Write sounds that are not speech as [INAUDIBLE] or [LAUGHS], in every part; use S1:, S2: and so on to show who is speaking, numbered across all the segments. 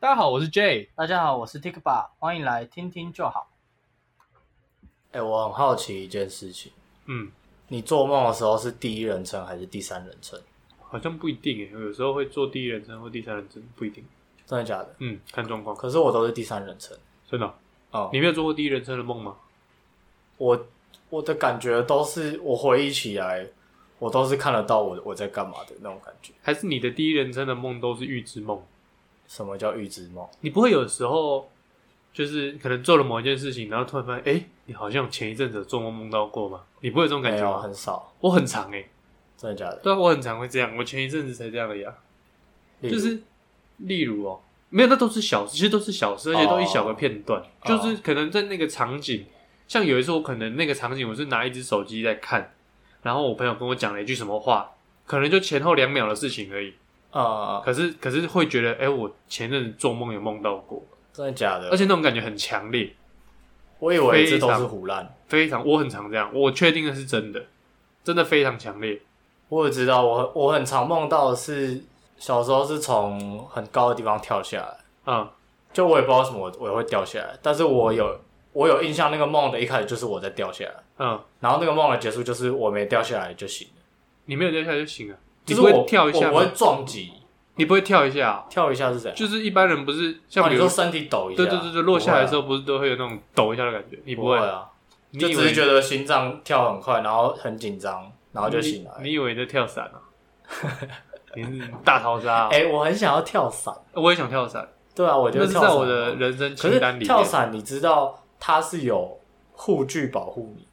S1: 大家好，我是 J。
S2: 大家好，我是 Tikba，欢迎来听听就好。
S3: 哎、我很好奇一件事情，
S1: 嗯，
S3: 你做梦的时候是第一人称还是第三人称？
S1: 好像不一定诶，有时候会做第一人称或第三人称，不一定。
S3: 真的假的？
S1: 嗯，看状况。
S3: 可是我都是第三人称
S1: 真的哦，
S3: 哦。
S1: 你没有做过第一人称的梦吗？
S3: 我我的感觉都是，我回忆起来，我都是看得到我我在干嘛的那种感觉。
S1: 还是你的第一人称的梦都是预知梦？
S3: 什么叫预知梦？
S1: 你不会有时候就是可能做了某一件事情，然后突然发现，哎、你好像前一阵子有做梦梦到过吗？你不会有这啊种感
S3: 没
S1: 觉
S3: 有，
S1: 吗？
S3: 很少。
S1: 我很常诶，
S3: 真的假的？
S1: 对啊，我很常会这样。我前一阵子才这样啊的呀，
S3: 例如
S1: 就是例如哦，没有，那都是小事，其实都是小事，而且都一小个片
S3: 哦
S1: 段，就是可能在那个场景，像有一次我可能那个场景我是拿一只手机在看，然后我朋友跟我讲了一句什么话，可能就前后两秒的事情而已，
S3: 啊、
S1: 可是可是会觉得，哎、我前阵子做梦有梦到过，
S3: 真的假
S1: 而
S3: 的？
S1: 且那种感觉很强烈，
S3: 我以为这
S1: 非
S3: 都
S1: 常
S3: 是胡乱。
S1: 非常，我很常这样，我确定的是真的，真的非常强烈。
S3: 我也知道，我我很常梦到的是小时候是从很高的地方跳下来，
S1: 啊、
S3: 就我也不知道为什么我我会掉下来，但是我有我有印象，那个梦的一开始就是我在掉下来。
S1: 嗯，
S3: 然后那个梦的结束就是我没掉下来就行了，
S1: 你没有掉下来就行了，你
S3: 就是
S1: 不
S3: 我
S1: 会跳一下
S3: 我不
S1: 吗
S3: 会？撞击，
S1: 你不会跳一下啊、
S3: 跳一下是怎样？
S1: 就是一般人不是
S3: 哦
S1: 像比
S3: 你
S1: 如
S3: 说身体抖一下，
S1: 对对对对，落下来的时
S3: 候
S1: 候不是都会有那种抖一下的感觉？你
S3: 不
S1: 会
S3: 会
S1: 啊，
S3: 啊，
S1: 你
S3: 就
S1: 以
S3: 只
S1: 为
S3: 是觉得心脏跳很快，然后很紧张，然后就醒来。
S1: 你你以为你在跳伞
S3: [LAUGHS]
S1: 啊？你是大逃杀啊、
S3: 哎，我很想要跳伞，
S1: 我也想跳伞，
S3: 对啊，我觉
S1: 那
S3: 得
S1: 是
S3: 跳伞
S1: 在我的人生
S3: 可
S1: 清单
S3: 是
S1: 里
S3: 跳
S1: 面。
S3: 伞，你知道它是有护具保护你，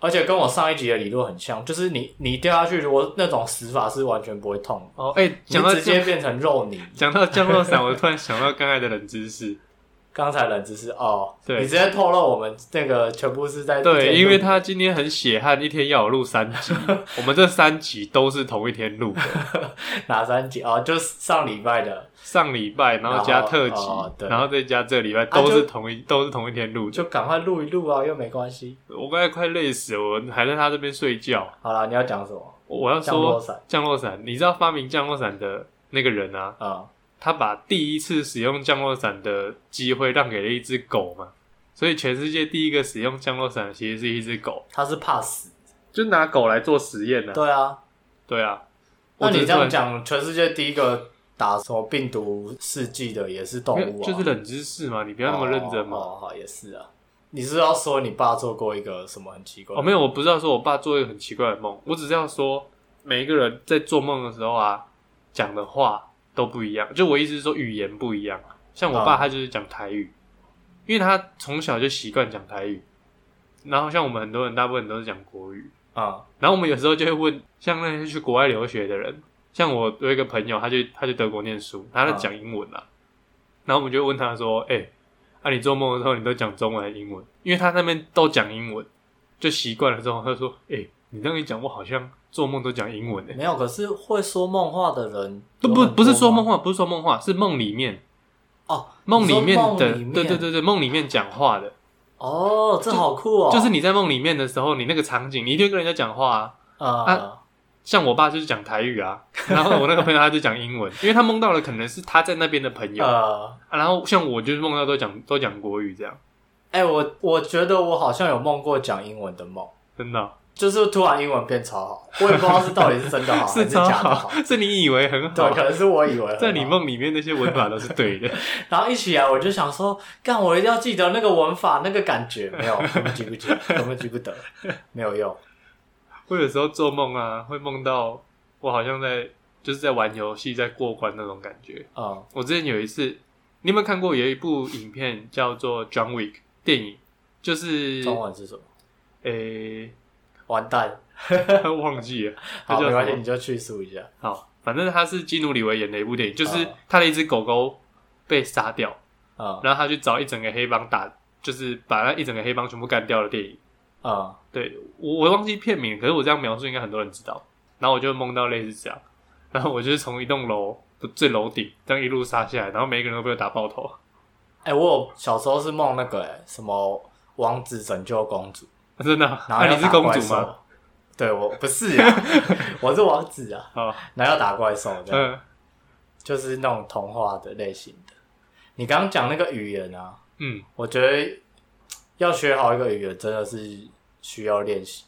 S3: 而且跟我上一集的理论很像，就是你你掉下去，如果那种死法是完全不会痛
S1: 哦，哎、
S3: 的，
S1: 讲到
S3: 你直接
S1: 降
S3: 变成肉泥。
S1: 讲到降落伞，我突然想到刚才的冷知
S3: [LAUGHS]
S1: 识。
S3: 刚才冷知识哦，
S1: 对
S3: 你直接透露我们那个全部是在
S1: 对，
S3: 电
S1: 因为
S3: 路
S1: 他今天很血汗，一天要我录三
S3: [LAUGHS]
S1: 集，我们这三集都是同一天录的，
S3: 哪三集哦，就是上礼拜的，
S1: 上礼拜然后加
S3: 然后
S1: 特辑，
S3: 哦对
S1: 然后再加这礼拜
S3: 啊
S1: 都
S3: 就是
S1: 同一、都是同一天录的。
S3: 就赶快录一录啊，又没关系。
S1: 我刚才快累死了，我还在他这边睡觉。
S3: 好啦，你要讲什么
S1: 我要
S3: 降落
S1: 说
S3: 伞
S1: 降落伞，你知道发明降落伞的那个人啊，
S3: 啊？
S1: 他把第一次使用降落伞的机会让给了一只狗嘛，所以全世界第一个使用降落伞的其实是一只狗，
S3: 他是怕死，
S1: 就拿狗来做实验呢、啊。
S3: 对啊。
S1: 对啊，
S3: 那
S1: 我只是
S3: 你这样
S1: 突然，
S3: 讲，全世界第一个打什么病毒试剂的也是动
S1: 没有
S3: 物啊，
S1: 就是冷知识嘛，你不要那么认真嘛。
S3: 哦
S1: 哦
S3: 哦好，也是啊。你是要说你爸做过一个什么很奇怪？
S1: 哦没有，我不知道说我爸做一个很奇怪的梦，我只是要说每一个人在做梦的时候啊，讲的话都不一样。就我意思是说语言不一样，啊像我爸
S3: 嗯
S1: 他就是讲台语，因为他从小就习惯讲台语。然后像我们很多人，大部分都是讲国语。
S3: 啊，
S1: 然后我们有时候就会问，像那些去国外留学的人，像我有一个朋友，他去他去德国念书，他在讲英文啊。然后我们就会问他说：“哎、啊，你做梦的时候你都讲中文还是英文？因为他那边都讲英文，就习惯了之后，他就说：‘哎、你这样一讲，我好像做梦都讲英文、欸。’
S3: 没有。可是会说梦话的人
S1: 不不不是说梦
S3: 话
S1: 话，不是说梦话，是梦里面
S3: 哦，
S1: 梦里
S3: 你
S1: 面
S3: 说梦
S1: 的，
S3: 里面
S1: 对对对对，梦里面讲话的，
S3: 哦，这好酷哦，
S1: 就是你在梦里面的时候，你那个场景，你一定会跟人家讲话啊。
S3: 啊
S1: 啊像我爸就是讲台语啊，然后我那个朋友他就讲英文，因为他梦到了可能是他在那边的朋友，啊
S3: 呃，
S1: 然后像我就是梦到都讲都讲国语这样，
S3: 哎、我我觉得我好像有梦过讲英文的梦，
S1: 真的哦、
S3: 就是突然英文变超好，我也不知道是到底是真的好哦还
S1: [LAUGHS] 是
S3: 是
S1: 超
S3: 假的
S1: 好，是你以为很
S3: 对，啊
S1: 好，
S3: 可能是我以为很好
S1: 在你，梦里面那些文法都是对的，
S3: 然后一起来我就想说，干，我一定要记得那个文法那个感觉，没有，根本记不记，根本记不得，没有用。
S1: 我有时候做梦啊，会梦到我好像在就是在玩游戏在过关那种感觉。
S3: 嗯，
S1: 我之前有一次，你有没有看过有一部影片叫做《John Wick》电影，就是
S3: 中文是什么？
S1: 诶、 [LAUGHS]
S3: 完蛋，
S1: 忘记了，它
S3: 好，
S1: 叫
S3: 没关
S1: 什
S3: 系，
S1: 么
S3: 你就叙述一下。
S1: 好，反正他是基努里维演的一部电影，就是
S3: 哦
S1: 他的一只狗狗被杀掉，
S3: 嗯
S1: 然后他去找一整个黑帮打，就是把那一整个黑帮全部干掉的电影。
S3: 嗯，
S1: 对我我忘记片名，可是我这样描述应该很多人知道。然后我就梦到类似这样，然后我就是从一栋楼不最楼顶这样一路杀下来，然后每一个人都被我打爆头。 [LAUGHS]
S3: 哎、我有小时候是梦那个、哎，什么王子拯救公主，
S1: 真的啊？
S3: 然
S1: 啊
S3: 后要
S1: 你是
S3: 打
S1: 公
S3: 怪
S1: 主吗？
S3: 兽？对，我不是啊， [LAUGHS] 我是王子啊。
S1: 好，呃
S3: 然后要打怪兽这样，
S1: 嗯，
S3: 就是那种童话的类型的。你刚刚讲那个语言啊，
S1: 嗯，
S3: 我觉得要学好一个语言真的是需要练习，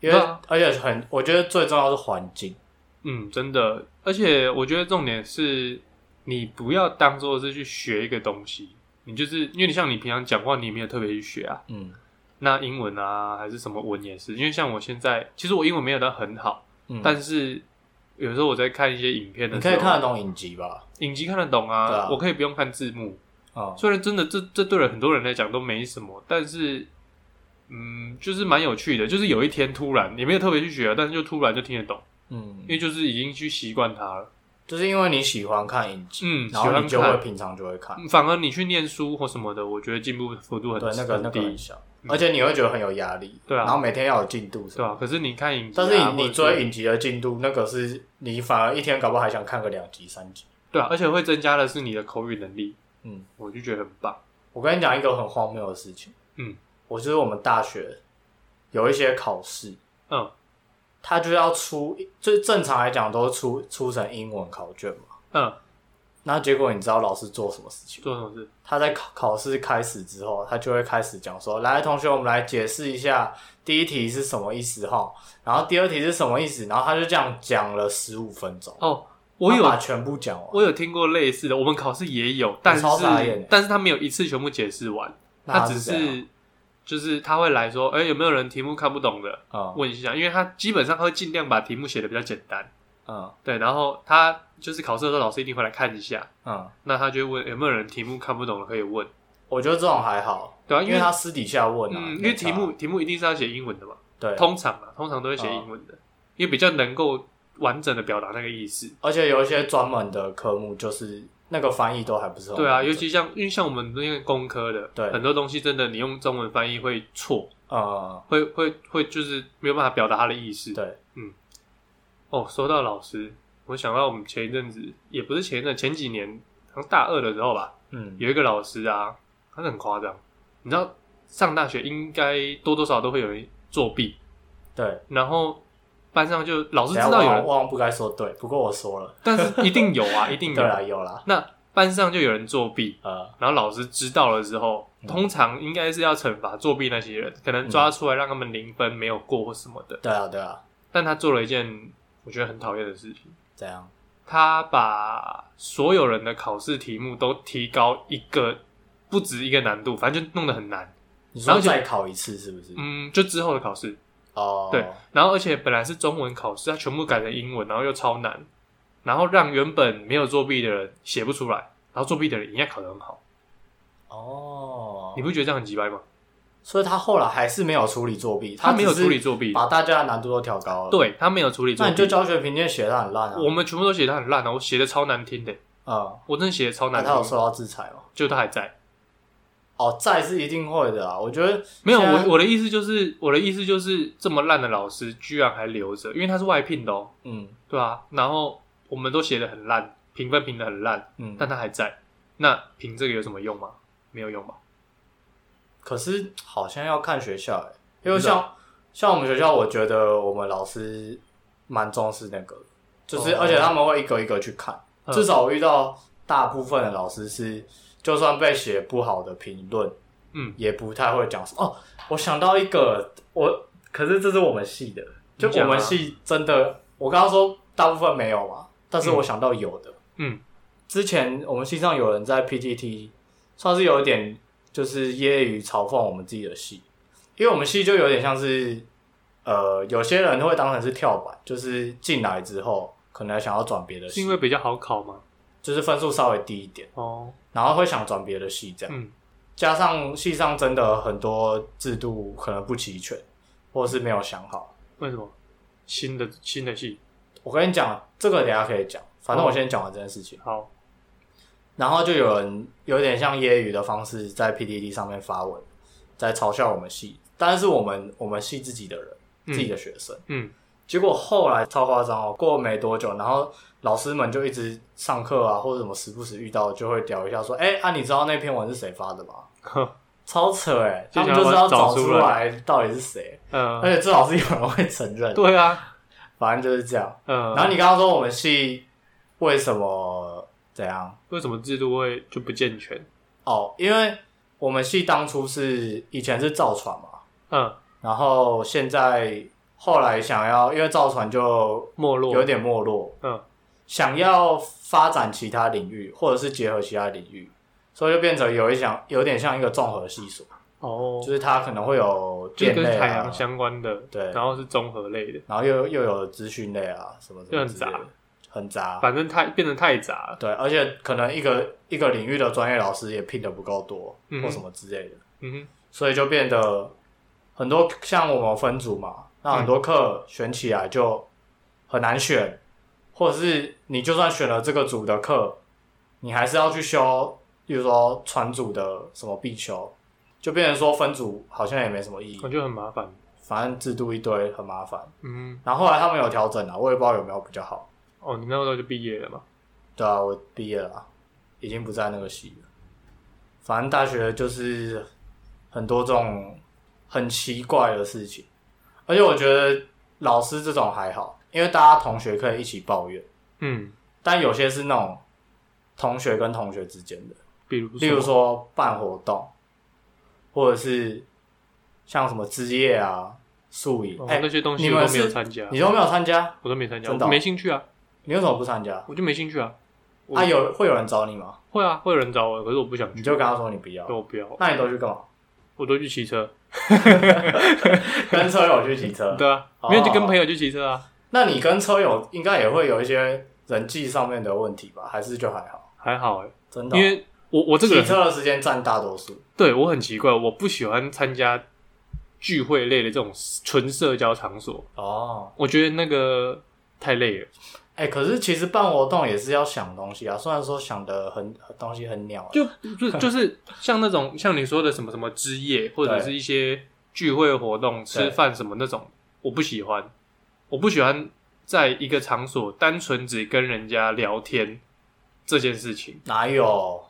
S3: 因为、
S1: 对啊
S3: 而且很，我觉得最重要是环境。
S1: 嗯，真的，而且我觉得重点是，你不要当做是去学一个东西，你就是因为你像你平常讲话，你也没有特别去学啊。
S3: 嗯
S1: 那英文啊，还是什么文也是，因为像我现在，其实我英文没有到很好，
S3: 嗯，
S1: 但是有时候我在看一些影片
S3: 你
S1: 的
S3: 可
S1: 时
S3: 以
S1: 候，
S3: 看得懂影集吧？
S1: 影集看得懂啊，
S3: 对啊
S1: 我可以不用看字幕。
S3: 哦、
S1: 虽然真的这这对了很多人来讲都没什么，但是嗯，就是蛮有趣的。就是有一天突然也没有特别去学啊，但是就突然就听得懂，
S3: 嗯
S1: 因，为就是已经去习惯它了。
S3: 就是因为你喜欢看影集，
S1: 嗯，喜
S3: 然后
S1: 欢
S3: 你就会
S1: 看。嗯
S3: 平常就会看，
S1: 反而你去念书或什么的，我觉得进步幅度很
S3: 对，那个那
S1: 很
S3: 个
S1: 低嗯
S3: 很，小，而且你会觉得很有压力，
S1: 对啊
S3: 然后每天要有进度什
S1: 对
S3: 么。
S1: 吧、可是你看影集啊、
S3: 但是
S1: 或者
S3: 你你追影集的进度，那个是你反而一天搞不好还想看个两集三集。
S1: 对啊，而且会增加的是你的口语能力，
S3: 嗯，
S1: 我就觉得很棒。
S3: 我跟你讲一个很荒谬的事情。
S1: 嗯，
S3: 我就是我们大学有一些考试，
S1: 嗯
S3: 它就要出，就是正常来讲都是出出成英文考卷嘛。
S1: 嗯，
S3: 那结果你知道老师做什么事情吗？
S1: 做什么事？
S3: 他在考考试开始之后，他就会开始讲说：“来，同学，我们来解释一下第一题是什么意思哈，然后第二题是什么意思。”然后他就这样讲了十五分钟，
S1: 哦，我
S3: 他把
S1: 有
S3: 全部讲完，
S1: 我有听过类似的，我们考试也有，但是
S3: 超傻眼欸
S1: 但是他没有一次全部解释完，
S3: 那
S1: 他只
S3: 是怎样
S1: 是就是他会来说，哎、有没有人题目看不懂的？
S3: 嗯
S1: 问一下，因为他基本上他会尽量把题目写的比较简单，
S3: 嗯
S1: 对，然后他就是考试的时候，老师一定会来看一下，
S3: 嗯，
S1: 那他就会问有没有人题目看不懂的可以问，
S3: 我觉得这种还好，
S1: 对啊，
S3: 因
S1: 因
S3: 为他私底下问啊，
S1: 嗯，因
S3: 没
S1: 为
S3: 差
S1: 题目题目一定是要写英文的嘛，
S3: 对，哦
S1: 通常啊，通常都会写英文的，因为比较能够完整的表达那个意思。
S3: 而且有一些专门的科目，就是那个翻译都还不是很
S1: 对啊，
S3: 完整
S1: 尤其像因为像我们那个工科的，
S3: 对
S1: 很多东西真的你用中文翻译会错，
S3: 呃，
S1: 会会会就是没有办法表达他的意思。
S3: 对，
S1: 哦，说到老师，我想到我们前一阵子也不是前一阵，前几年好像大二的时候吧，
S3: 嗯，
S1: 有一个老师啊，他很夸张，你知道上大学应该多多少少都会有人作弊，
S3: 对，
S1: 然后班上就老师
S3: 我
S1: 知道有人，
S3: 忘不该说对，不过我说了，
S1: 但是一定有啊，一 [LAUGHS] 定
S3: 对啦，
S1: 有。
S3: 有啦，
S1: 那班上就有人作弊，
S3: 呃，
S1: 然后老师知道了之后，
S3: 嗯
S1: 通常应该是要惩罚作弊那些人，可能抓出来让他们零分没有过或什么的。
S3: 对啊，对啊，
S1: 但他做了一件我觉得很讨厌的事情，
S3: 这样，
S1: 他把所有人的考试题目都提高一个，不止一个难度，反正就弄得很难。
S3: 你
S1: 然
S3: 说
S1: 后就
S3: 再考一次是不是？
S1: 嗯，就之后的考试，
S3: 哦，
S1: 对，然后而且本来是中文考试，他全部改成英文，然后又超难，然后让原本没有作弊的人写不出来，然后作弊的人一样考得很好，
S3: 哦
S1: 你，不觉得这样很鸡掰吗？
S3: 所以他后来还是没有处理作弊，
S1: 他没有
S3: 只是
S1: 处理作弊，
S3: 把大家的难度都调高了，，
S1: 对他没有处理作
S3: 那
S1: 弊，
S3: 你就教学评鉴写的很烂啊，
S1: 我们全部都写的很烂啊，我写的超难听的，
S3: 嗯，
S1: 我真的写的超
S3: 那
S1: 难
S3: 他有
S1: 听，
S3: 受到制裁吗？
S1: 就他还在。
S3: 哦，在是一定会的啊，我觉得
S1: 没有，
S3: 现在
S1: 我我的意思就是，我的意思就是，这么烂的老师居然还留着，因为他是外聘的哦，
S3: 嗯
S1: 对啊？然后我们都写的很烂，评分评的很烂，
S3: 嗯，
S1: 但他还在，那评这个有什么用吗？没有用吧？
S3: 可是好像要看学校、欸，因为像像我们学校，我觉得我们老师蛮重视那个，就是、
S1: 哦
S3: 而且他们会一个一个去看，
S1: 嗯
S3: 至少我遇到大部分的老师是，就算被写不好的评论，
S1: 嗯，
S3: 也不太会讲什么。哦，我想到一个，我可是这是我们系的，就
S1: 你讲
S3: 我
S1: 啊
S3: 们系真的，我刚刚说大部分没有嘛，但是我想到有的，
S1: 嗯
S3: 之前我们系上有人在 PTT 算是有一点就是揶揄嘲讽我们自己的系，因为我们系就有点像是呃，有些人会当成是跳板，就是进来之后可能想要转别的
S1: 是
S3: 系
S1: 因，为比较好考吗？
S3: 就是分数稍微低一点，
S1: 哦，
S3: 然后会想转别的系这样。
S1: 嗯
S3: 加上系上真的很多制度可能不齐全，或是没有想好。
S1: 为什么？新的新的系，
S3: 我跟你讲，这个等一下可以讲，反正我
S1: 哦
S3: 先讲完这件事情。
S1: 好，
S3: 然后就有人有点像揶揄的方式在 PDD 上面发文，在嘲笑我们系，但是我们我们系自己的人，
S1: 嗯
S3: 自己的学生。 [LAUGHS]
S1: 嗯
S3: 结果后来超夸张哦，过没多久，然后老师们就一直上课啊，或者什么时不时遇到就会聊一下说，哎、啊，你知道那篇文是谁发的吗？
S1: 呵
S3: 超扯哎、
S1: 就
S3: 他
S1: 想
S3: 们就是要找
S1: 找出
S3: 出来到底是谁，
S1: 呃，
S3: 而且最好是有人会承认，
S1: 对啊，
S3: 反正就是这样。
S1: 呃，
S3: 然后你刚刚说我们系为什么怎样？
S1: 为什么制度会就不健全？
S3: 哦，因为我们系当初是以前是造船嘛，
S1: 嗯，
S3: 然后现在后来想要，因为造船就
S1: 没落，
S3: 有点没落，
S1: 嗯，
S3: 想要发展其他领域，或者是结合其他领域，所以就变成有一项有点像一个综合系所，
S1: 哦，
S3: 就是它可能会有
S1: 就
S3: 电
S1: 跟
S3: 类
S1: 海
S3: 啊
S1: 洋，相关的，
S3: 对
S1: 然后是综合类的，
S3: 然后又又有资讯类啊什么什
S1: 就
S3: 么
S1: 很
S3: 之类的
S1: 杂，
S3: 很杂，
S1: 反正太变得太杂了。
S3: 对，而且可能一个一个领域的专业老师也聘的不够多，
S1: 嗯哼
S3: 或什么之类的，
S1: 嗯
S3: 所以就变得很多像我们分组嘛，那很多课选起来就很难选，或者是你就算选了这个组的课，你还是要去修，比如说传组的什么必修，就变成说分组好像也没什么意义
S1: 哼，我，觉得很麻烦。
S3: 反正制度一堆很麻烦。
S1: 嗯，
S3: 然后后来他们有调整了、我也不知道有没有比较好。
S1: 哦，你那时候就毕业了嘛？
S3: 对啊，我毕业了啊，已经不在那个系了。反正大学就是很多这种很奇怪的事情，而且我觉得老师这种还好，因为大家同学可以一起抱怨，
S1: 嗯，
S3: 但有些是那种同学跟同学之间的，
S1: 比如
S3: 例如说办活动，或者是像什么之夜啊、宿营，
S1: 哦
S3: 哎、
S1: 那啊些东西
S3: 你
S1: 我
S3: 们
S1: 都没有
S3: 是
S1: 参加
S3: 你都没有参加，
S1: 我都没参加，
S3: 真的
S1: 我
S3: 哦
S1: 没兴趣啊，
S3: 你为什么不参加？
S1: 我就没兴趣啊。我
S3: 啊，有会有人找你吗？
S1: 会啊，会有人找我，可是我不想
S3: 你
S1: 去，
S3: 就跟他说你不要
S1: 对，我不要，
S3: 那你都去干嘛？
S1: 我都去骑车。
S3: [LAUGHS] 跟车友去骑车。
S1: 对啊，
S3: 哦
S1: 没有就跟朋友去骑车啊，
S3: 那你跟车友应该也会有一些人际上面的问题吧？还是就还好？
S1: 还好哎，
S3: 真的哦、
S1: 因为我我这个
S3: 骑
S1: 人
S3: 车的时间占大多数。
S1: 对我很奇怪，我不喜欢参加聚会类的这种纯社交场所，
S3: 哦，
S1: 我觉得那个太累了。
S3: 哎、可是其实办活动也是要想东西啊，虽然说想的很东西很鸟啊、
S1: 就就就是像那种像你说的什么什么之夜，或者是一些聚会活动、吃饭什么那种，我不喜欢。我不喜欢在一个场所单纯只跟人家聊天这件事情。
S3: 哪有？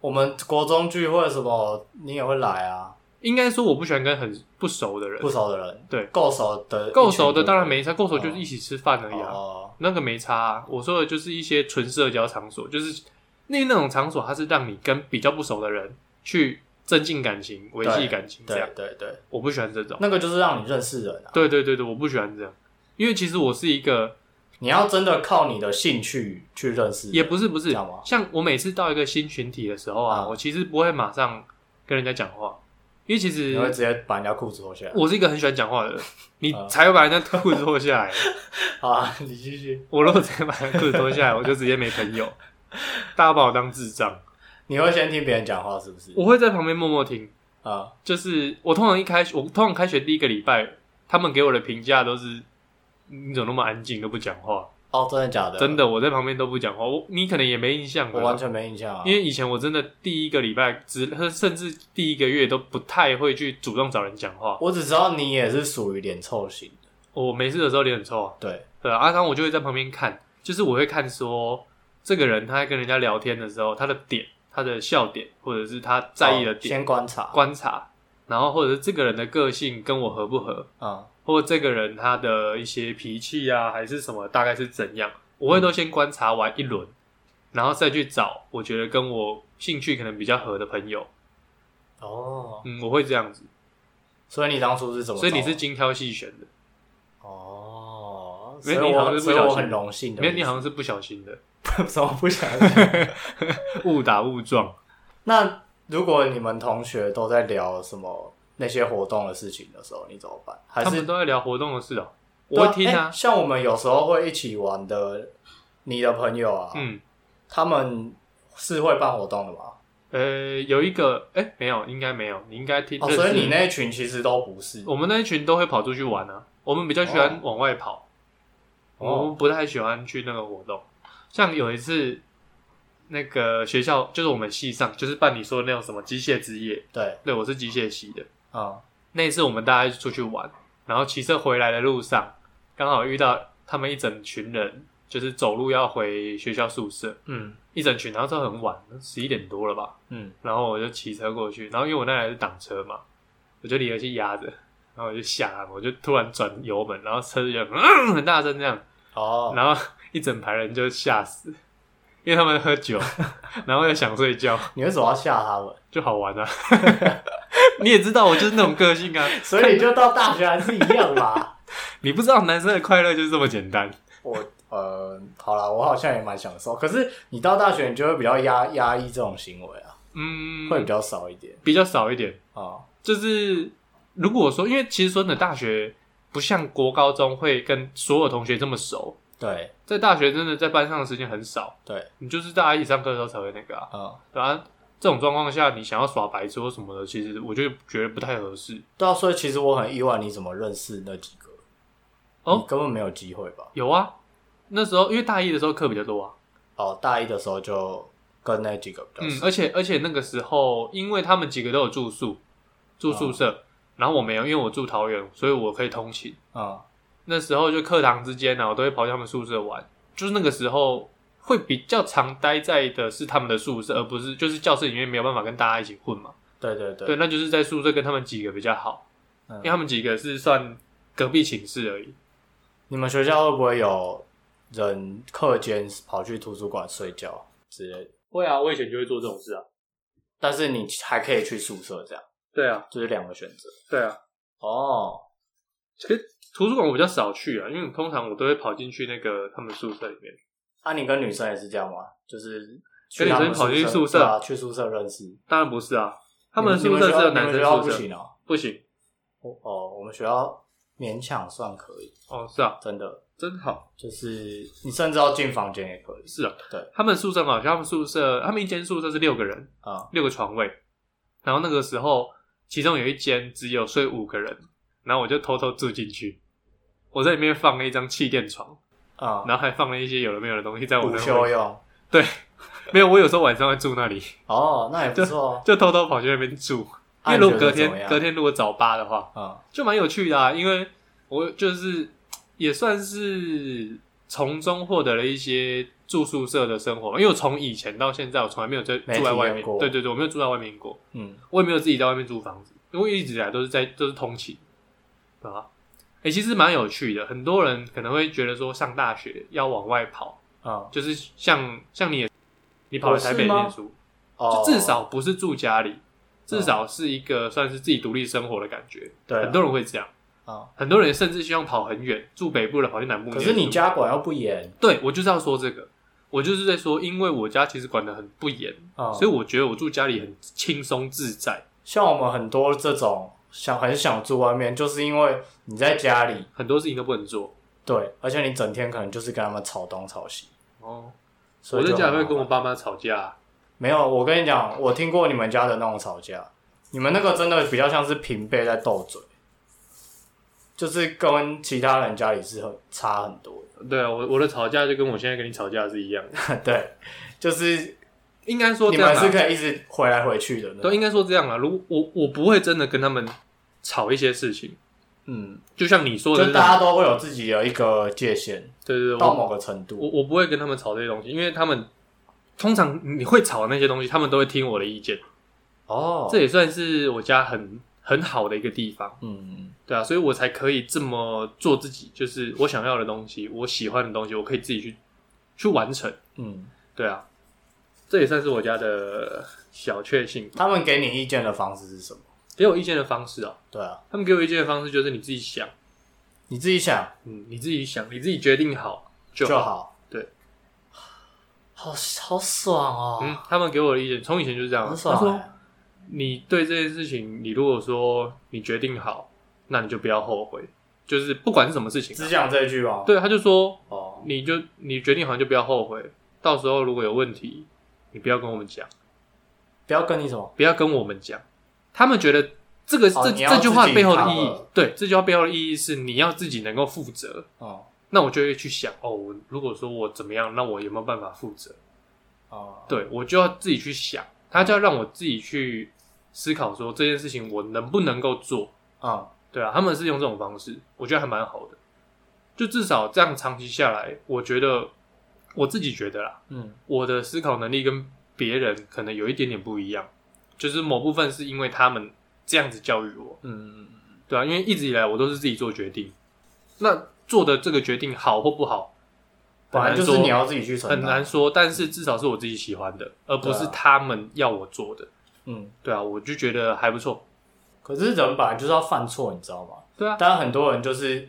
S3: 我们国中聚会什么，你也会来啊？
S1: 应该说，我不喜欢跟很不熟的人
S3: 不，熟的人，
S1: 对
S3: 够熟的，
S1: 够熟的当然没差，够熟就是一起吃饭而已啊，
S3: 哦，
S1: 那个没差、啊。我说的就是一些纯社交场所，就是那那种场所，它是让你跟比较不熟的人去增进感情、维系
S3: 对
S1: 感情这样
S3: 对。对对，
S1: 我不喜欢这种。
S3: 那个就是让你认识人啊。
S1: 对对对对，我不喜欢这样，因为其实我是一个，
S3: 你要真的靠你的兴趣去认识人，
S1: 也不是不
S3: 这
S1: 是
S3: 样吗，
S1: 像我每次到一个新群体的时候啊，
S3: 嗯
S1: 我其实不会马上跟人家讲话，因为其实
S3: 你会直接把人家裤子脱下来。
S1: 我是一个很喜欢讲话的
S3: [LAUGHS]
S1: 人，你
S3: 嗯
S1: 才会把人家 [LAUGHS] 裤子脱下来。
S3: [LAUGHS] 好啊，你继续。
S1: 我如果直接把人家裤子脱下来，我就直接没朋友，大家把我当智障。
S3: 你会先听别人讲话是不是？
S1: 我会在旁边默默听，
S3: 啊，
S1: 就是我通常一开学，我通常开学第一个礼拜，他们给我的评价都是。你怎么那么安静都不讲话？
S3: 哦，真的假的？
S1: 真，的，我在旁边都不讲话，我你可能也没印象了
S3: 我
S1: 啦。
S3: 完全没印象啊。
S1: 因为以前我真的第一个礼拜只甚至第一个月都不太会去主动找人讲话。
S3: 我只知道你也是属于脸臭型的，
S1: 我没事的时候脸很臭啊，
S3: 对，
S1: 对啊，啊然后我就会在旁边看，就是我会看说这个人他在跟人家聊天的时候，他的点、他的笑点，或者是他在意的
S3: 哦
S1: 点，
S3: 先观察，
S1: 观察，然后或者是这个人的个性跟我合不合，
S3: 嗯，
S1: 或者这个人他的一些脾气啊，还是什么，大概是怎样，我会都先观察完一轮，然后再去找我觉得跟我兴趣可能比较合的朋友。
S3: 哦，
S1: 嗯，我会这样子。
S3: 所以你当初是怎么找啊
S1: 所
S3: 的？
S1: 以你是精挑细选的，
S3: 哦，
S1: 没
S3: 所
S1: 有
S3: 以
S1: 你好像
S3: 我
S1: 是
S3: 所以
S1: 不小
S3: 我
S1: 心
S3: 很荣幸的，
S1: 没有你好像是不小心的，
S3: 像 [LAUGHS] 什么不想。
S1: 误打误撞。
S3: 那如果你们同学都在聊什么那些活动的事情的时候，你怎么办？还
S1: 他
S3: 是
S1: 们都在聊活动的事哦、
S3: 对
S1: 我会听
S3: 哎
S1: 啊，
S3: 像我们有时候会一起玩的，你的朋友啊，
S1: 嗯，
S3: 他们是会办活动的吗？
S1: 呃，有一个，哎、没有，应该没有，你应该听。
S3: 哦，
S1: 认识
S3: 所以你那一群其实都不是
S1: 我们那一群都会跑出去玩啊，我们比较喜欢往外跑，
S3: 哦
S1: 我们不太喜欢去那个活动。像有一次，那个学校就是我们系上就是办你说的那种什么机械之夜，
S3: 对，
S1: 对我是机械系的，
S3: 嗯，
S1: 那一次我们大家出去玩，然后骑车回来的路上，刚好遇到他们一整群人，就是走路要回学校宿舍，
S3: 嗯
S1: 一整群，然后都很晚，十一点多了吧，
S3: 嗯，
S1: 然后我就骑车过去，然后因为我那台是挡车嘛，我就离合器压着，然后我就下来，我就突然转油门，然后车就、嗯、很大声这样，
S3: 哦，
S1: 然后一整排人就吓死，因为他们喝酒，然后又想睡觉，
S3: 你为什么要吓他们？ [LAUGHS]
S1: 就好玩啊。 [LAUGHS] 你也知道我就是那种个性啊，
S3: 所以你就到大学还是一样嘛。 [LAUGHS]
S1: 你不知道男生的快乐就是这么简单。
S3: 我呃，好啦，我好像也蛮享受，可是你到大学你就会比较压压抑这种行为啊，
S1: 嗯，
S3: 会比较少一点
S1: 比较少一点。
S3: 啊。
S1: 就是如果说，因为其实说你的大学不像国高中会跟所有同学这么熟，
S3: 对
S1: 在大学真的在班上的时间很少，
S3: 对，
S1: 你就是大家一起上课的时候才会那个啊。
S3: 嗯，
S1: 当然、这种状况下，你想要耍白痴或什么的，其实我就觉得不太合适。
S3: 对啊，所以其实我很意外，你怎么认识那几个？
S1: 哦
S3: 你根本没有机会吧？
S1: 有啊，那时候因为大一的时候课比较多啊，
S3: 哦，大一的时候就跟那几个比较
S1: 嗯，
S3: 熟，
S1: 而且而且那个时候，因为他们几个都有住宿，住宿舍，然后我没有，因为我住桃园，所以我可以通勤。
S3: 嗯
S1: 那时候就课堂之间呢、啊，我都会跑去他们宿舍玩。就是那个时候会比较常待在的是他们的宿舍，而不是就是教室里面没有办法跟大家一起混嘛。
S3: 对对对，
S1: 对，那就是在宿舍跟他们几个比较好，
S3: 嗯
S1: 因为他们几个是算隔壁寝室而已。
S3: 你们学校会不会有人课间跑去图书馆睡觉之类的？
S1: 会啊，我以前就会做这种事啊。
S3: 但是你还可以去宿舍，这样
S1: 对啊，
S3: 就是两个选择。
S1: 对啊。
S3: 哦，
S1: 其实图书馆我比较少去啊，因为通常我都会跑进去那个他们宿舍里面。
S3: 那、啊你跟女生也是这样吗？就是
S1: 跟女生
S3: 他们
S1: 跑去宿
S3: 宿
S1: 舍
S3: 对啊，去宿舍认识。
S1: 当然不是啊，他们的
S3: 你
S1: 宿
S3: 你
S1: 舍
S3: 学
S1: 是有
S3: 校
S1: 男生
S3: 你们学校
S1: 宿
S3: 不
S1: 舍，
S3: 行哦。
S1: 不行
S3: 哦哦，我们学校勉强算可以，
S1: 哦，是啊，
S3: 真的
S1: 真好，
S3: 就是你甚至要进房间也可以
S1: 是啊，
S3: 对，
S1: 他们宿舍嘛，他们宿舍，他们一间宿舍是六个人，
S3: 啊、
S1: 六个床位，然后那个时候其中有一间只有睡五个人，然后我就偷偷住进去，我在里面放了一张气垫床，
S3: 啊，
S1: 然后还放了一些有的没有的东西在我
S3: 午
S1: 那
S3: 休
S1: 位，
S3: 用。
S1: [LAUGHS] 没有，我有时候晚上会住那里，
S3: 哦，那也不错哦。
S1: 就偷偷跑去那边住，因
S3: 啊
S1: 为
S3: 你
S1: 如
S3: 觉
S1: 果
S3: 得
S1: 隔
S3: 怎么
S1: 天
S3: 样
S1: 隔天如果早八的话，
S3: 啊，
S1: 就蛮有趣的啊，因为我就是也算是从中获得了一些住宿舍的生活嘛，因为我从以前到现在，我从来没有在
S3: 没
S1: 住在外
S3: 体验
S1: 面
S3: 过，
S1: 对对对，我没有住在外面过，
S3: 嗯，
S1: 我也没有自己在外面租房子，因为一直以来都是在都是通勤，啊，哎、其实蛮有趣的，很多人可能会觉得说上大学要往外跑，
S3: 啊，
S1: 就是像像你也，你跑
S3: 我
S1: 来
S3: 是
S1: 台北
S3: 吗
S1: 念书，
S3: 哦嗯
S1: 就，至少不是住家里，至少是一个算是自己独立生活的感觉，
S3: 对啊
S1: 很多人会这样。
S3: 啊，
S1: 很多人甚至希望跑很远，住北部的跑去南部念
S3: 可
S1: 书。
S3: 是你家管又不严
S1: 对我就是要说这个，我就是在说，因为我家其实管得很不严，
S3: 啊，
S1: 所以我觉得我住家里很轻松自在，
S3: 像我们很多这种想很想住外面，就是因为你在家里，
S1: 很多事情都不能做。
S3: 对，而且你整天可能就是跟他们吵东吵西，
S1: 哦，
S3: 所
S1: 我
S3: 以
S1: 在
S3: 就
S1: 家里
S3: 很
S1: 会
S3: 麻
S1: 跟我
S3: 烦
S1: 爸妈吵架，
S3: 没有。我跟你讲，我听过你们家的那种吵架，你们那个真的比较像是平辈在斗嘴，就是跟其他人家里是很差很多
S1: 对啊，我我的吵架就跟我现在跟你吵架是一样
S3: [LAUGHS]
S1: 的，
S3: 的， [LAUGHS] 对，就是
S1: 应该说
S3: 你
S1: 这样
S3: 们是
S1: 啦，
S3: 可以一直回来回去的
S1: 对，
S3: 那种，
S1: 应该说这样啦。如我我不会真的跟他们吵一些事情，
S3: 嗯，
S1: 就像你说的
S3: 就
S1: 那种，
S3: 大家都会有自己的一个界限，
S1: 对对对，
S3: 到
S1: 我
S3: 某个程度，
S1: 我我不会跟他们吵这些东西，因为他们通常你会吵的那些东西，他们都会听我的意见。
S3: 哦，
S1: 这也算是我家很很好的一个地方，
S3: 嗯，
S1: 对啊，所以我才可以这么做自己，就是我想要的东西，我喜欢的东西，我可以自己去去完成，
S3: 嗯，
S1: 对啊，这也算是我家的小确幸。
S3: 他们给你意见的方式是什么？
S1: 给我意见的方式啊，
S3: 对啊，
S1: 他们给我意见的方式就是你自己想，
S3: 你自己想
S1: 嗯，你自己想，你自己决定好就
S3: 就
S1: 好。
S3: 好。
S1: 对，
S3: 好好爽哦，
S1: 嗯，他们给我的意见，从以前就是这样。
S3: 很
S1: 他
S3: 爽欸、
S1: 说，你对这件事情，你如果说你决定好，那你就不要后悔，就是不管是什么事情啊、
S3: 只讲这一句吗？，
S1: 对，他就说
S3: 哦，
S1: 你就你决定好就不要后悔，到时候如果有问题，你不要跟我们讲，
S3: 不要跟你什么，
S1: 不要跟我们讲。他们觉得这个、
S3: 哦
S1: 这
S3: 你要
S1: 这句话
S3: 自己
S1: 背后的意
S3: cover
S1: 义，对，这句话背后的意义是你要自己能够负责。
S3: 哦
S1: 那我就会去想，哦，我如果说我怎么样，那我有没有办法负责？
S3: 哦，
S1: 对我就要自己去想，他就要让我自己去思考说这件事情我能不能够做。
S3: 嗯，
S1: 对啊，他们是用这种方式，我觉得还蛮好的。就至少这样长期下来，我觉得我自己觉得啦，
S3: 嗯，
S1: 我的思考能力跟别人可能有一点点不一样，就是某部分是因为他们这样子教育我，
S3: 嗯，
S1: 对啊，因为一直以来我都是自己做决定，那做的这个决定好或不好，
S3: 本来就
S1: 很难
S3: 是
S1: 说
S3: 你要啊自己去承担，
S1: 很难说，但是至少是我自己喜欢的，而不是
S3: 对啊
S1: 他们要我做的。
S3: 嗯，
S1: 对啊，我就觉得还不错。
S3: 可是人本来就是要犯错，你知道吗？
S1: 对啊，
S3: 但很多人就是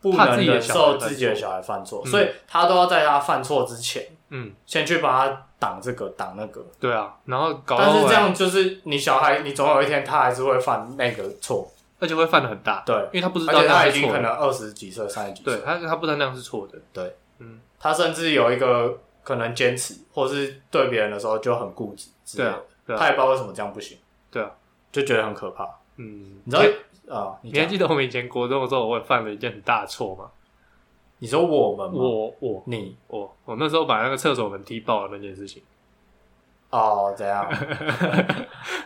S3: 不
S1: 怕
S3: 能
S1: 自己的
S3: 忍
S1: 小孩
S3: 受
S1: 犯
S3: 自己的
S1: 错
S3: 小孩犯错，
S1: 嗯
S3: 所以他都要在他犯错之前，
S1: 嗯，
S3: 先去帮他挡这个挡那个。
S1: 对啊，然后搞到哎
S3: 但是
S1: 后
S3: 这
S1: 来，
S3: 样就是你小孩，你总有一天他还是会犯那个错，
S1: 而且会犯的很大，
S3: 对，
S1: 因为他不知
S3: 而
S1: 道
S3: 且
S1: 那
S3: 他
S1: 样
S3: 已
S1: 是
S3: 经
S1: 错
S3: 可
S1: 的，
S3: 能二十几岁、三十几岁
S1: 对，他他不知道那样是错的。
S3: 对，
S1: 嗯，
S3: 他甚至有一个可能坚持，或是对别人的时候就很固执之类
S1: 对
S3: 的，
S1: 啊，对
S3: 他
S1: 啊，
S3: 也不知道为什么这样不行，
S1: 对啊，
S3: 就觉得很可怕。
S1: 嗯，
S3: 你知道
S1: 你
S3: 啊、你
S1: 你还
S3: 讲
S1: 记得我们以前国中的时候，我也犯了一件很大的错吗？
S3: 你说我们吗？
S1: 我我
S3: 你
S1: 我我那时候把那个厕所门踢爆了那件事情，
S3: 哦，怎样？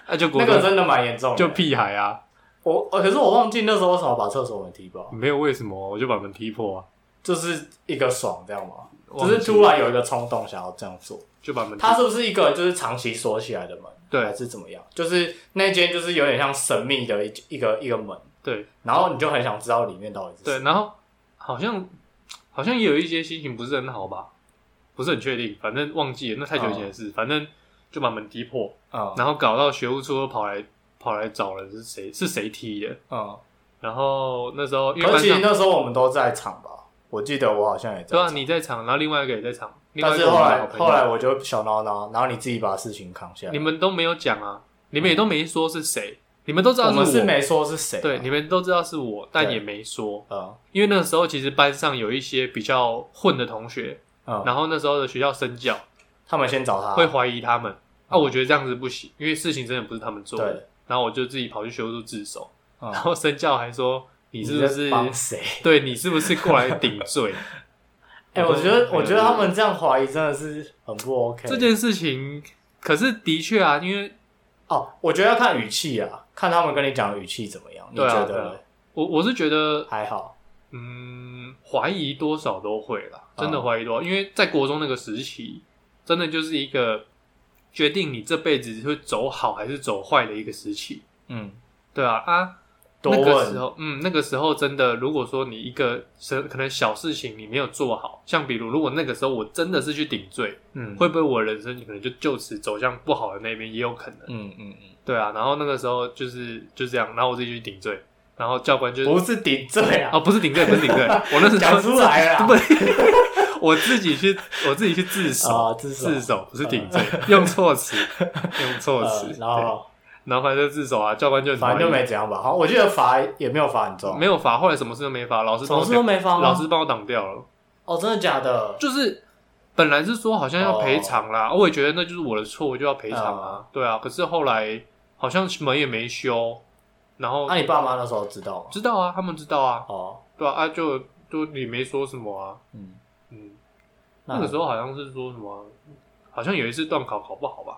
S1: 那啊就国
S3: 那个
S1: 中
S3: 真的蛮严重的，
S1: 就屁孩啊，
S3: 我、哦，可是我忘记那时候为什么把厕所门踢爆，
S1: 没有为什么，我就把门踢破啊，
S3: 就是一个爽这样嘛，
S1: 忘
S3: 只
S1: 记
S3: 是突然有一个冲动想要这样做。
S1: 就把门踢
S3: 它是不是一个就是长期锁起来的门，还
S1: 对
S3: 是怎么样？就是那间就是有点像神秘的一一个一个门，
S1: 对
S3: 然后你就很想知道里面到底是
S1: 对，
S3: 什么。
S1: 然后好像好像也有一些心情不是很好吧，不是很确定，反正忘记了，那太久以前的事，反正就把门踢破，
S3: 嗯
S1: 然后搞到学务处都跑来跑来找人是谁是谁踢的，
S3: 嗯，
S1: 然后那时候因为
S3: 可
S1: 班
S3: 是其实
S1: 上
S3: 那时候我们都在场吧，我记得我好像也在
S1: 对啊
S3: 场。
S1: 你在场，然后另外一个也在场，另外
S3: 但
S1: 一
S3: 是
S1: 个我
S3: 后
S1: 们的好
S3: 来
S1: 朋友
S3: 后来我就小闹闹，然后你自己把事情扛下来。
S1: 你们都没有讲啊，你们也都没说是谁，你们都知道
S3: 嗯我们
S1: 是
S3: 是
S1: 我，
S3: 没说是谁啊、
S1: 对，你们都知道是我，但
S3: 对
S1: 也没说，
S3: 嗯
S1: 因为那个时候其实班上有一些比较混的同学，
S3: 嗯，
S1: 然后那时候的学校身教
S3: 他们先找他，
S1: 会怀疑他们，啊，我觉得这样子不行，因为事情真的不是他们做
S3: 嗯对
S1: 的，，然后我就自己跑去学务处自首，
S3: 嗯
S1: 然后身教还说你是不
S3: 在
S1: 是
S3: 帮谁？
S1: 对 [LAUGHS] 你是不是过来顶罪？
S3: [LAUGHS] 哎、
S1: 我
S3: 我
S1: 都
S3: 觉得
S1: 没有
S3: 我觉得他们这样怀疑真的是很不 OK。
S1: 这件事情，可是的确啊，因为
S3: 哦，我觉得要看语气啊，看他们跟你讲的语气怎么样。你
S1: 对啊
S3: 觉
S1: 对啊
S3: 得
S1: 我我是觉得
S3: 还好？
S1: 嗯，怀疑多少都会啦，
S3: 啊
S1: 真的怀疑多少，因为在国中那个时期，真的就是一个决定你这辈子会走好还是走坏的一个时期，
S3: 嗯，
S1: 对啊啊，
S3: 多
S1: 那个时
S3: 问。
S1: 候，嗯，那个时候真的，如果说你一个是可能小事情你没有做好，像比如如果那个时候我真的是去顶罪，
S3: 嗯，
S1: 会不会我人生可能就就此走向不好的那边也有可能，
S3: 嗯嗯嗯，
S1: 对啊，然后那个时候就是就这样，然后我自己去顶罪，然后教官就
S3: 不是顶罪
S1: [LAUGHS]
S3: 啊
S1: 哦，，不是顶罪，不是顶罪，我那是
S3: 讲出来了
S1: [LAUGHS]
S3: 啊
S1: 不，我自己去，我自己去自首，
S3: 啊，自首
S1: 自首不是顶罪，用错
S3: [LAUGHS]
S1: 词，用错
S3: 呃
S1: 词，，
S3: 然后
S1: 对然后反正就自首啊，教官就很
S3: 反正就
S1: 怀疑
S3: 没怎样吧。好，我记得罚也没有罚很重，啊
S1: 没有罚，后来什么事都没罚，老师帮
S3: 老
S1: 我
S3: 师都
S1: 挡，
S3: 没罚吗？啊
S1: 老师帮我挡掉了，
S3: 哦，真的假的？
S1: 就是本来是说好像要赔偿啦，
S3: 哦
S1: 我也觉得那就是我的错，我就要赔偿
S3: 嗯
S1: 啊，对啊，可是后来好像门也没修，然后
S3: 那、你爸妈那时候知道吗？
S1: 知道啊，他们知道啊，
S3: 哦，
S1: 对啊，啊就就你没说什么啊，
S3: 嗯，
S1: 嗯。
S3: 那
S1: 那个时候好像是说什么，好像有一次段考考不好吧，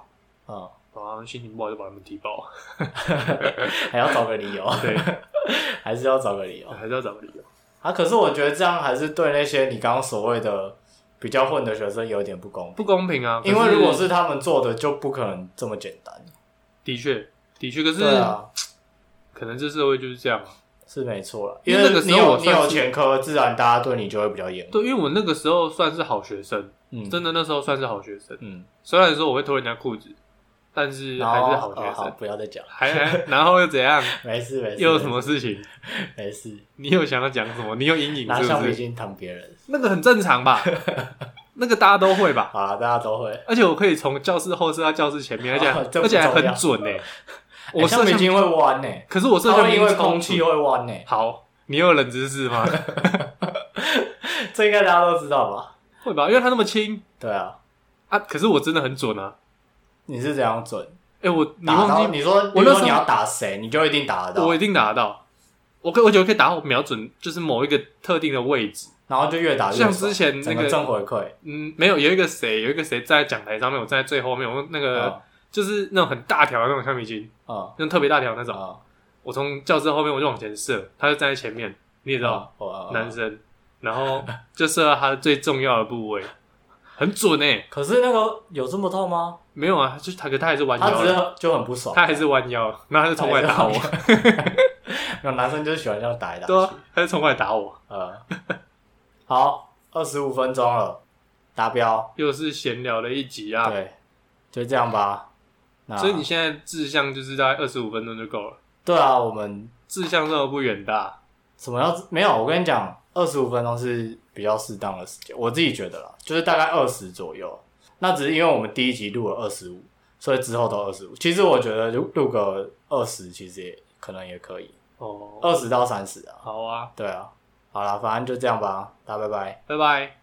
S3: 嗯，
S1: 然后心情不好就把他们踢爆，
S3: 还要找个理由，
S1: [LAUGHS] 对，
S3: 还是要找个理由。
S1: 还是要找个理由。
S3: 啊，可是我觉得这样还是对那些你刚刚所谓的比较混的学生有点不公平，
S1: 不公平啊！
S3: 因
S1: 可
S3: 为如果是他们做的，就不可能这么简单。
S1: 的确的确，可是、
S3: 对啊，
S1: 可能这社会就是这样啊。
S3: 是没错了，
S1: 因
S3: 因
S1: 为
S3: 为
S1: 那个时
S3: 你
S1: 候
S3: 有
S1: 我
S3: 你
S1: 算是
S3: 有前科，自然大家对你就会比较严。
S1: 对，因为我那个时候算是好学生，
S3: 嗯，
S1: 真的那时候算是好学生。
S3: 嗯，
S1: 虽然说我会脱人家裤子，但是
S3: 然
S1: 还
S3: 后
S1: 是好学
S3: 哦
S1: 生。
S3: 好，不要再讲，
S1: 还还然后又怎
S3: [LAUGHS]
S1: 样？
S3: 没事没事，
S1: 又有什么事情？
S3: 没事，
S1: 你有想要讲什么？你有阴影
S3: 拿
S1: 是
S3: 橡
S1: 不
S3: 皮
S1: 是？
S3: 筋烫别人，
S1: 那个很正常
S3: [LAUGHS]
S1: 吧？那个大家都会吧？
S3: 好啦，大家都会。
S1: 而且我可以从教室后射到教室前面，而且、
S3: [LAUGHS] 哦这不
S1: 而且还
S3: 重
S1: 很
S3: 要
S1: 准呢、
S3: 欸
S1: 我射
S3: 橡皮
S1: 向，
S3: 筋会弯呢，
S1: 可是我射
S3: 它
S1: 向
S3: 会因为空
S1: 超
S3: 气
S1: 准
S3: 会弯呢，
S1: 好，你有冷知识吗？
S3: 这应该大家都知道吧？
S1: [LAUGHS] 会吧，因为它那么轻
S3: 对啊，
S1: 啊。可是我真的很准啊！
S3: 你是怎样准？
S1: 哎、我你
S3: 打到
S1: 忘
S3: 你说，
S1: 我
S3: 你
S1: 那时候
S3: 说你要打谁，你就一定打得
S1: 记
S3: 到
S1: 我，一定打得到，我可我觉得可以打到瞄准，就是某一个特定的位置。
S3: 然后就越打越
S1: 像
S3: 爽
S1: 之前那
S3: 整
S1: 个
S3: 个正回馈，
S1: 嗯，没有有一个谁有一个谁站在讲台上面，我站在最后面，我用那个、
S3: 嗯
S1: 就是那种很大条的那种橡皮筋，
S3: 嗯
S1: 那种特别大条那种。
S3: 嗯，
S1: 我从教室后面我就往前射，他就站在前面，你也知道。
S3: 嗯我
S1: 男生，然后就射到他最重要的部位， [LAUGHS] 很准诶、
S3: 可是那个有这么痛吗？
S1: 没有啊，就是他，可他还是弯
S3: 他
S1: 腰
S3: 只是
S1: 了，
S3: 很就很不爽，
S1: 啊他还是弯腰，然后他就冲过来打我， [LAUGHS]
S3: 他有男生就是喜欢这
S1: 啊
S3: 样打一打去。
S1: 对
S3: 呃
S1: 啊，他就冲过来打我。
S3: 呃，好，二十五分钟了，达标，
S1: 又是闲聊的一集啊。
S3: 对，啊就这样吧。那
S1: 所以你现在志向就是大概二十五分钟就够了，
S3: 对啊，我们
S1: 志向这么不远大，
S3: 什么要没有？我跟你讲，二十五分钟是比较适当的时间，我自己觉得啦，就是大概二十左右。那只是因为我们第一集录了二十五，所以之后都二十五。其实我觉得录录个二十，其实也可能也可以，
S1: 哦，
S3: 二十到三十啊。
S1: 好啊，
S3: 对啊，好啦，反正就这样吧，大家拜拜。
S1: 拜拜。